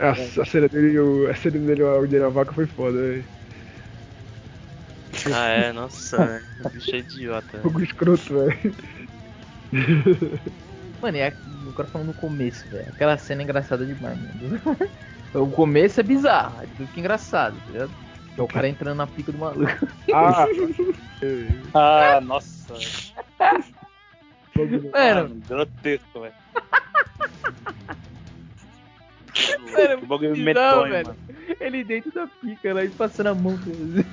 S1: A, a cena dele, o- a cena dele, a ordeira vaca foi foda, velho.
S2: Ah, é, nossa, o bicho é idiota.
S1: Fogo escroto, velho.
S3: Mano, é o cara falando no começo, velho. Aquela cena é engraçada demais, mano. *laughs* o começo é bizarro, é tudo que é engraçado, tá ligado? É o cara entrando na pica do maluco.
S1: Ah,
S4: Ah, nossa.
S1: *laughs* fogo-
S3: Mano,
S4: Mano, grotesco, velho.
S3: Mano,
S4: Que bagulho
S3: não,
S4: medonho,
S3: velho.
S4: mano.
S3: ele dentro da pica lá e passando a mão. *laughs* pelo-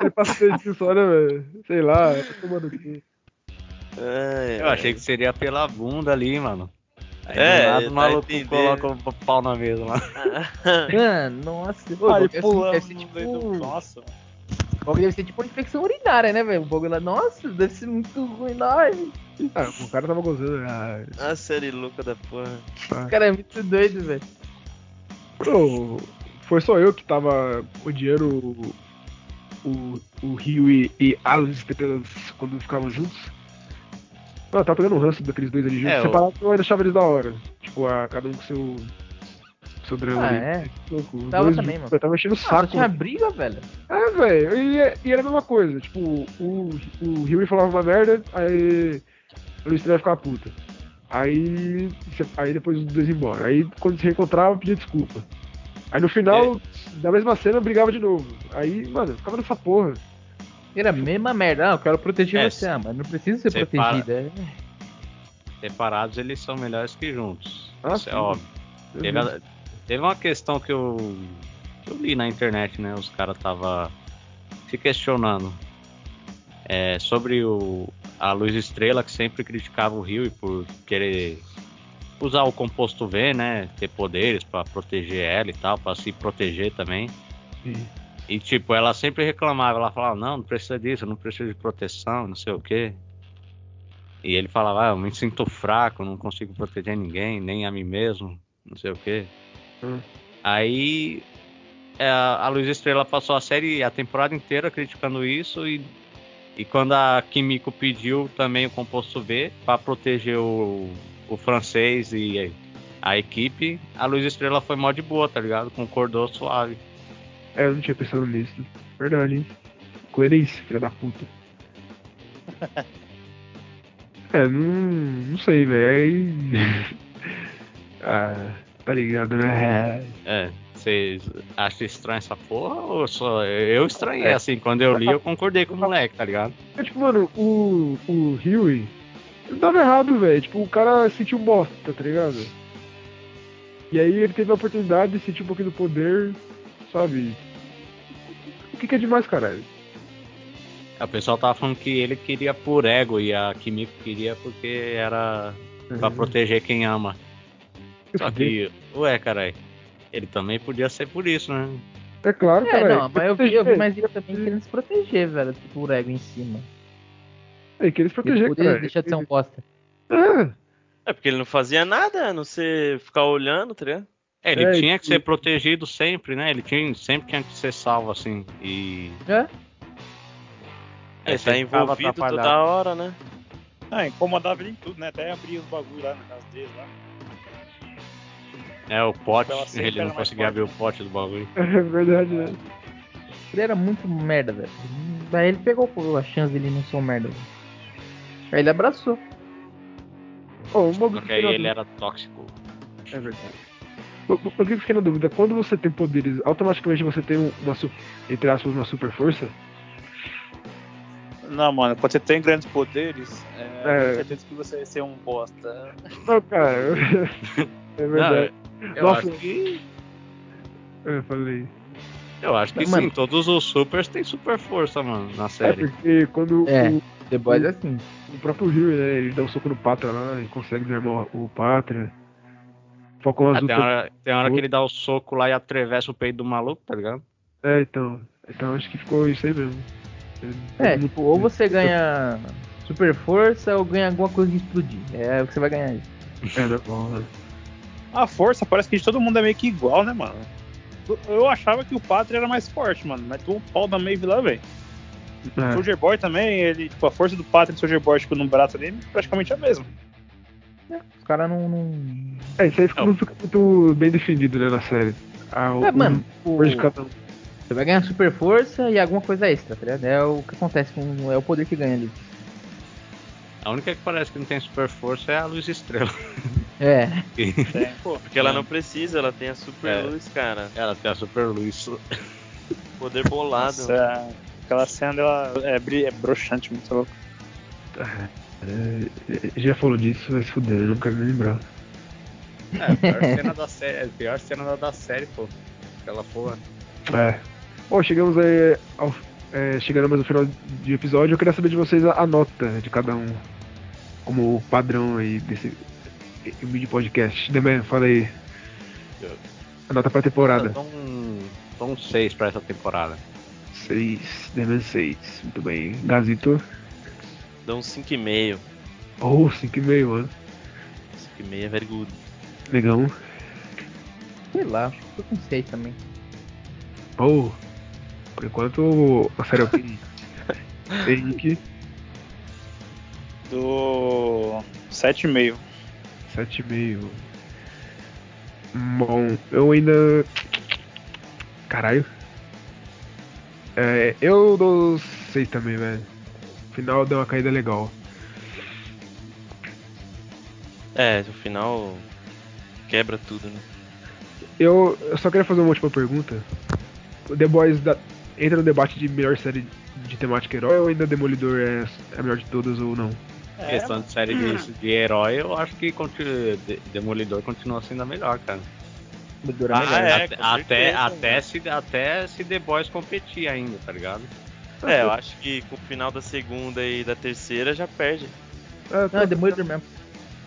S1: ele passa perdido só, né, velho? Sei lá, tá tomando cu.
S2: É,
S6: Eu achei que seria pela bunda ali, mano. Aí
S2: É,
S6: do nada,
S2: dá
S6: o
S2: a
S6: maluco
S2: entender.
S6: coloca o pau na mesa lá.
S3: Mano, nossa. o
S4: Aí
S3: bagulho deve ser-
S4: pulando
S3: deve ser
S4: no
S3: tipo-
S4: meio do... Nossa,
S3: o bagulho deve ser tipo uma infecção urinária, né, velho? O bagulho lá, nossa, deve ser muito ruim lá. velho.
S1: Ah, o cara tava gozando. Ah, tá.
S2: A série louca da porra.
S3: O cara é muito doido, velho.
S1: Pô, foi só eu que tava odiando o, o, o Rio e, e as estrelas quando ficavam juntos. Não, eu tava pegando um ranço daqueles dois ali juntos.
S6: É, o-
S1: Separados eu ainda achava eles da hora. Tipo, a, cada um com seu. seu drama
S3: Ah,
S1: ali.
S3: é?
S1: Louco, os
S3: Tava
S1: dois
S3: também,
S1: juntos,
S3: mano.
S1: Eu tava enchendo o
S3: Nossa,
S1: saco.
S3: tinha briga, velho.
S1: É, velho. E, e era a mesma coisa. Tipo, o, o Rio falava uma merda, aí a Luciana ficava puta. Aí, se- aí depois os dois iam embora. Aí quando se reencontrava, pedia desculpa. Aí no final, da mesma cena, brigava de novo. Aí, mano, eu ficava nessa porra.
S3: Era a mesma merda. Ah, eu quero proteger
S6: É,
S3: você, ah, mas não precisa ser é.
S6: separa-
S3: protegida.
S6: Separados eles são melhores que juntos.
S1: Ah,
S6: Isso é
S1: sim.
S6: óbvio. Teve, a- teve uma questão que eu, que eu li na internet, né? Os caras tava se questionando é, sobre o, a Luz Estrela, que sempre criticava o Rio por querer usar o composto V, né? Ter poderes pra proteger ela e tal, pra se proteger também.
S1: Sim.
S6: E tipo, ela sempre reclamava, ela falava, não, não precisa disso, não precisa de proteção, não sei o quê. E ele falava, ah, eu me sinto fraco, não consigo proteger ninguém, nem a mim mesmo, não sei o quê.
S1: Hum.
S6: Aí é, a Luz Estrela passou a série, a temporada inteira criticando isso e, e quando a Kimiko pediu também o composto B para proteger o, o francês e a equipe, a Luz Estrela foi mó de boa, tá ligado? Concordou suave.
S1: É, eu não tinha pensado nisso. Verdade, hein? Coerência, filha da puta. é, não, não sei, velho. Aí- *laughs* ah, tá ligado, né?
S6: É, vocês acham estranho essa porra? Ou só eu estranhei, assim, quando eu li eu concordei com o moleque, tá ligado?
S1: É tipo, mano, o, o Huey ele tava errado, velho. Tipo, o cara se sentiu bosta, tá ligado? E aí ele teve a oportunidade de sentir um pouquinho do poder, sabe? O que, que é demais, caralho?
S6: O pessoal tava falando que ele queria por ego e a Kimiko queria porque era pra
S1: Uhum.
S6: proteger quem ama. Só que, ué, caralho, ele também podia ser por isso, né?
S1: É claro,
S3: É,
S1: caralho.
S3: não, mas eu vi, eu vi mais ele também querendo se proteger, velho. Tipo, o ego em cima.
S1: É que eles proteger,
S3: Ele poder
S1: cara.
S3: deixar de ser um bosta.
S1: É,
S2: É porque ele não fazia nada, a não ser ficar olhando, tá ligado?
S6: É, Ele
S1: É,
S6: tinha que
S1: e-
S6: ser protegido sempre, né? Ele tinha, sempre tinha que ser salvo, assim. E.
S3: É?
S2: Ele tá
S6: É, sempre ficava
S2: envolvido toda
S6: atrapalhado.
S2: hora, né?
S4: Ah, incomodava ele em tudo, né? Até abria os bagulho lá na casa dele lá.
S6: É, o pote,
S4: Ela sempre
S6: ele
S4: era
S6: não
S4: mais
S6: conseguia
S4: forte.
S6: abrir o pote do bagulho.
S1: *laughs* é verdade, né?
S3: Ele era muito merda, velho. Daí ele pegou pô, a chance dele não ser um merda, velho. Aí ele abraçou.
S1: Oh, um bagulho
S6: Porque
S1: que
S6: aí
S1: eu
S6: ele era tóxico.
S1: É verdade. Por por- por que eu fiquei na dúvida? é Quando você tem poderes, automaticamente você tem um- uma, su- entre aspas, uma super força?
S4: Não, mano, quando você tem grandes poderes, é,
S1: É.
S4: certeza que você vai ser um bosta.
S1: Não, cara.
S6: *laughs*
S1: é verdade.
S6: eu
S1: Nossa.
S6: acho que.
S1: Eu falei.
S6: Eu acho que
S3: Mano.
S6: sim, todos os supers têm super força, mano, na
S1: É
S6: série.
S1: porque quando
S3: É.
S1: o,
S3: The Boys é assim.
S1: o próprio Rio, né, ele dá um soco no Pátria lá e consegue desarmar o Pátria. Falcão
S6: Ah,
S1: Azul.
S6: tem,
S1: também.
S6: hora, tem hora que ele dá o soco lá e atravessa o peito do maluco, tá ligado?
S1: É, então. Então acho que ficou isso aí mesmo.
S3: É, tipo, ou você ganha super força ou ganha alguma coisa de explodir. É o que você vai ganhar.
S1: É normal, né?
S4: A força parece que de todo mundo é meio que igual, né, mano? Eu- Eu achava que o Pátria era mais forte, mano, mas tomou um pau da Maeve lá, velho. O
S1: É.
S4: Soldier Boy também, ele, tipo, a força do Pátria do Soldier Boy, tipo, no braço dele, é praticamente a mesma.
S3: Os caras não. não-
S1: É, isso aí fica, não fica muito bem definido, né, na série. Ah, o,
S3: É, mano,
S1: o-
S3: o-
S1: hoje cada um.
S3: Você vai ganhar super força e alguma coisa extra, tá ligado? É o que acontece com. É o poder que ganha ali.
S6: A única que parece que não tem super força é a Luz Estrela. *laughs*
S3: É.
S4: Tem, pô.
S2: Porque ela não precisa, ela tem a super
S6: É.
S2: luz, cara.
S6: Ela tem a super luz.
S2: Poder
S6: tá
S2: bolado. né?
S4: Nossa, aquela cena dela é, bri- é broxante, muito louco.
S1: Ah, É, já falou disso, vai se fuder, eu não quero nem lembrar.
S6: É, a pior cena da série, a pior cena da, da série, pô. Aquela porra.
S1: É. Bom, chegamos aí ao, é, chegando mais no final de episódio. Eu queria saber de vocês a, a nota de cada um, como padrão aí desse e- e mini podcast. Demer, fala aí. A nota pra temporada.
S6: Dá um. dá um 6 pra essa temporada.
S1: 6, Demer 6. Muito bem. Gazito.
S2: Dá um uns 5,5.
S1: Oh, 5,5, mano.
S2: 5,5 é very good.
S1: Negão.
S3: Sei lá, acho que eu com seis também.
S1: Oh. Por enquanto, a série é o Pink. Henrique,
S4: Do 7,5.
S1: 7,5. Bom, eu ainda. Caralho. É, eu dou 6 também, velho. No final deu uma caída legal.
S2: É, no final quebra tudo, né?
S1: Eu, eu só queria fazer uma última pergunta. O The Boys da- entra no debate de melhor série de temática herói ou ainda Demolidor é é a melhor de todas ou não?
S6: questão de série de, de herói, eu acho que continu- de- Demolidor continua sendo a melhor, cara.
S3: Dura
S2: Ah,
S3: melhor.
S2: é,
S6: até,
S2: com
S6: até,
S2: certeza,
S6: até, se, até se The Boys competir ainda, tá ligado?
S2: É, eu acho que com o final da segunda e da terceira já perde.
S1: Ah,
S3: Não, é Demolidor mesmo.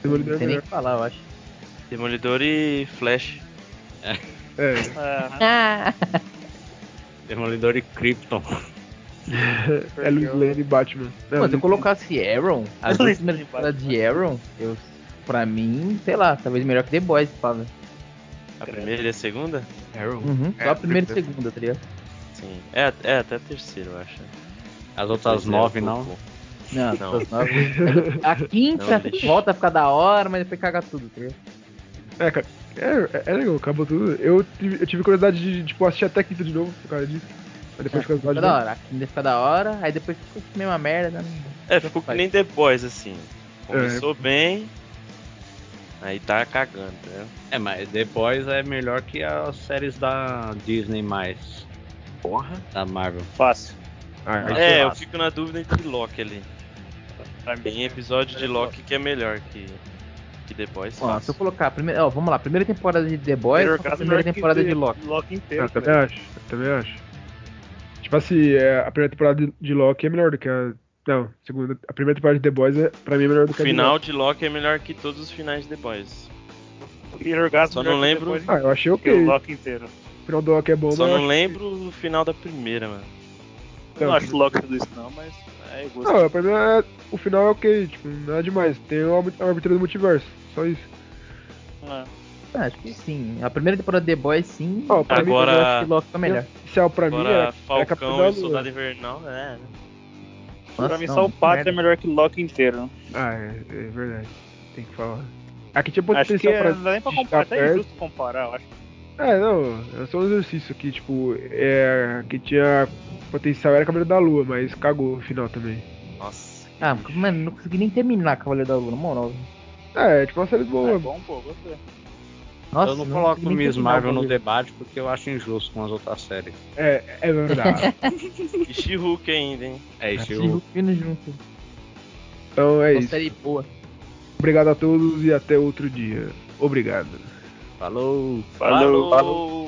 S1: Demolidor
S3: não
S1: é
S3: tem nem o
S1: melhor.
S3: que falar, eu acho.
S2: Demolidor e Flash.
S1: É.
S4: É,
S3: Ah,
S6: Demolidor e Krypton.
S1: é *laughs* Luiz Lane e Batman. Não,
S3: Pô, se eu
S1: Luis-
S3: colocasse Aaron, *laughs* as duas primeiras temporadas de Aaron, eu, pra mim, sei lá, talvez melhor que The Boys, Fábio.
S2: A primeira e a segunda?
S1: Arrow.
S3: Uhum,
S4: É,
S3: só a primeira e a segunda, tá ligado?
S2: Sim. É, é até a terceira, eu acho.
S6: As outras
S2: Terceira,
S6: nove,
S2: pô,
S6: não.
S2: pô.
S3: Não,
S2: Não.
S3: as nove. *laughs*
S1: *laughs* é.
S3: A quinta
S2: Não, bicho.
S3: volta a ficar da hora, mas depois caga tudo, tá ligado?
S1: É, cara, é, é legal, acabou tudo. Eu tive, eu tive curiosidade de, tipo, assistir até quinta de novo por causa disso. Mas depois de
S3: Fica
S1: curiosidade.
S3: É, da hora. A quinta fica da hora, aí depois fica a mesma merda, né?
S2: É, ficou que nem The Boys, assim. Começou bem, aí tá cagando, né?
S6: É, mas The Boys é melhor que as séries da Disney mais. Porra? Da Marvel.
S4: fácil.
S1: Ah,
S6: Mas
S2: É,
S6: eu
S2: eu
S6: acho.
S2: fico na dúvida entre Loki ali.
S4: Pra mim.
S2: Tem episódio de Loki que é melhor que, que The Boys.
S3: Ó,
S2: fácil.
S3: se eu colocar a primeira. Ó, vamos lá, primeira temporada de The Boys,
S4: Primeiro
S3: só
S4: caso,
S3: a primeira
S4: é melhor que
S3: temporada de
S4: inteiro.
S3: Loki. Ah,
S4: Loki inteiro.
S1: eu Ah, também acho, eu também acho. Tipo assim, é, a primeira temporada de- de Loki é melhor do que a. Não, segunda. A primeira temporada de The Boys é, pra mim é melhor do
S2: O
S1: que a
S2: final
S1: de
S2: de Loki é melhor que todos os finais de The Boys.
S4: Peter Orgasmo
S2: Só não
S4: melhor
S2: lembro-
S4: que é
S1: Loki. Ah, eu achei ok.
S4: O
S1: O
S4: Loki inteiro.
S1: final do Loki é bom,
S2: Só
S1: mas.
S2: não lembro o final da primeira, mano.
S4: Eu não acho o Loki tudo isso, não, mas é gosto.
S1: tipo, Não, pra mim é, o final é ok, tipo, nada demais. Tem a a abertura do multiverso, só isso.
S4: Ah,
S3: Ah, acho que sim. A primeira temporada de The Boys, sim.
S1: Ó, pra
S3: mas eu
S2: Agora-
S3: acho que Loki tá melhor.
S1: Inicial pra mim é,
S2: Agora
S1: é Capitão
S2: Falcão
S1: da
S2: e o
S1: Lua.
S2: Soldado Invernal, é. né?
S3: Nossa,
S4: pra mim,
S3: não,
S4: só o Pátria
S3: merda.
S4: é melhor que o Loki inteiro.
S1: Ah, é, é verdade. Tem que falar. Aqui tipo, tinha
S4: Acho que
S1: potencial pra.
S4: não dá nem pra
S1: ficar
S4: comparar, até é
S1: perto.
S4: injusto comparar, eu acho.
S1: É, não, é só um exercício aqui, tipo, é. Que tinha potencial era Cabelo da Lua, mas cagou no final também.
S2: Nossa. que
S3: Ah,
S2: lixo.
S3: mano, não consegui nem terminar Cavaleiro da Lua, na moral.
S1: É, é tipo uma série
S4: É
S1: boa.
S4: bom, pô, gostei.
S3: Nossa,
S6: eu não coloco
S3: consegui nem
S6: Miss
S3: terminar o
S6: Marvel no
S3: bagulho.
S6: debate porque eu acho injusto com as outras séries.
S1: É, é verdade.
S2: E She-Hulk ainda, hein?
S6: É isso,
S3: Assisti
S6: eu...
S3: Rufino junto.
S1: Então é
S3: É uma
S1: isso.
S3: série boa.
S1: Obrigado a todos e até outro dia. Obrigado.
S6: Falou!
S4: Falou.
S2: Falou.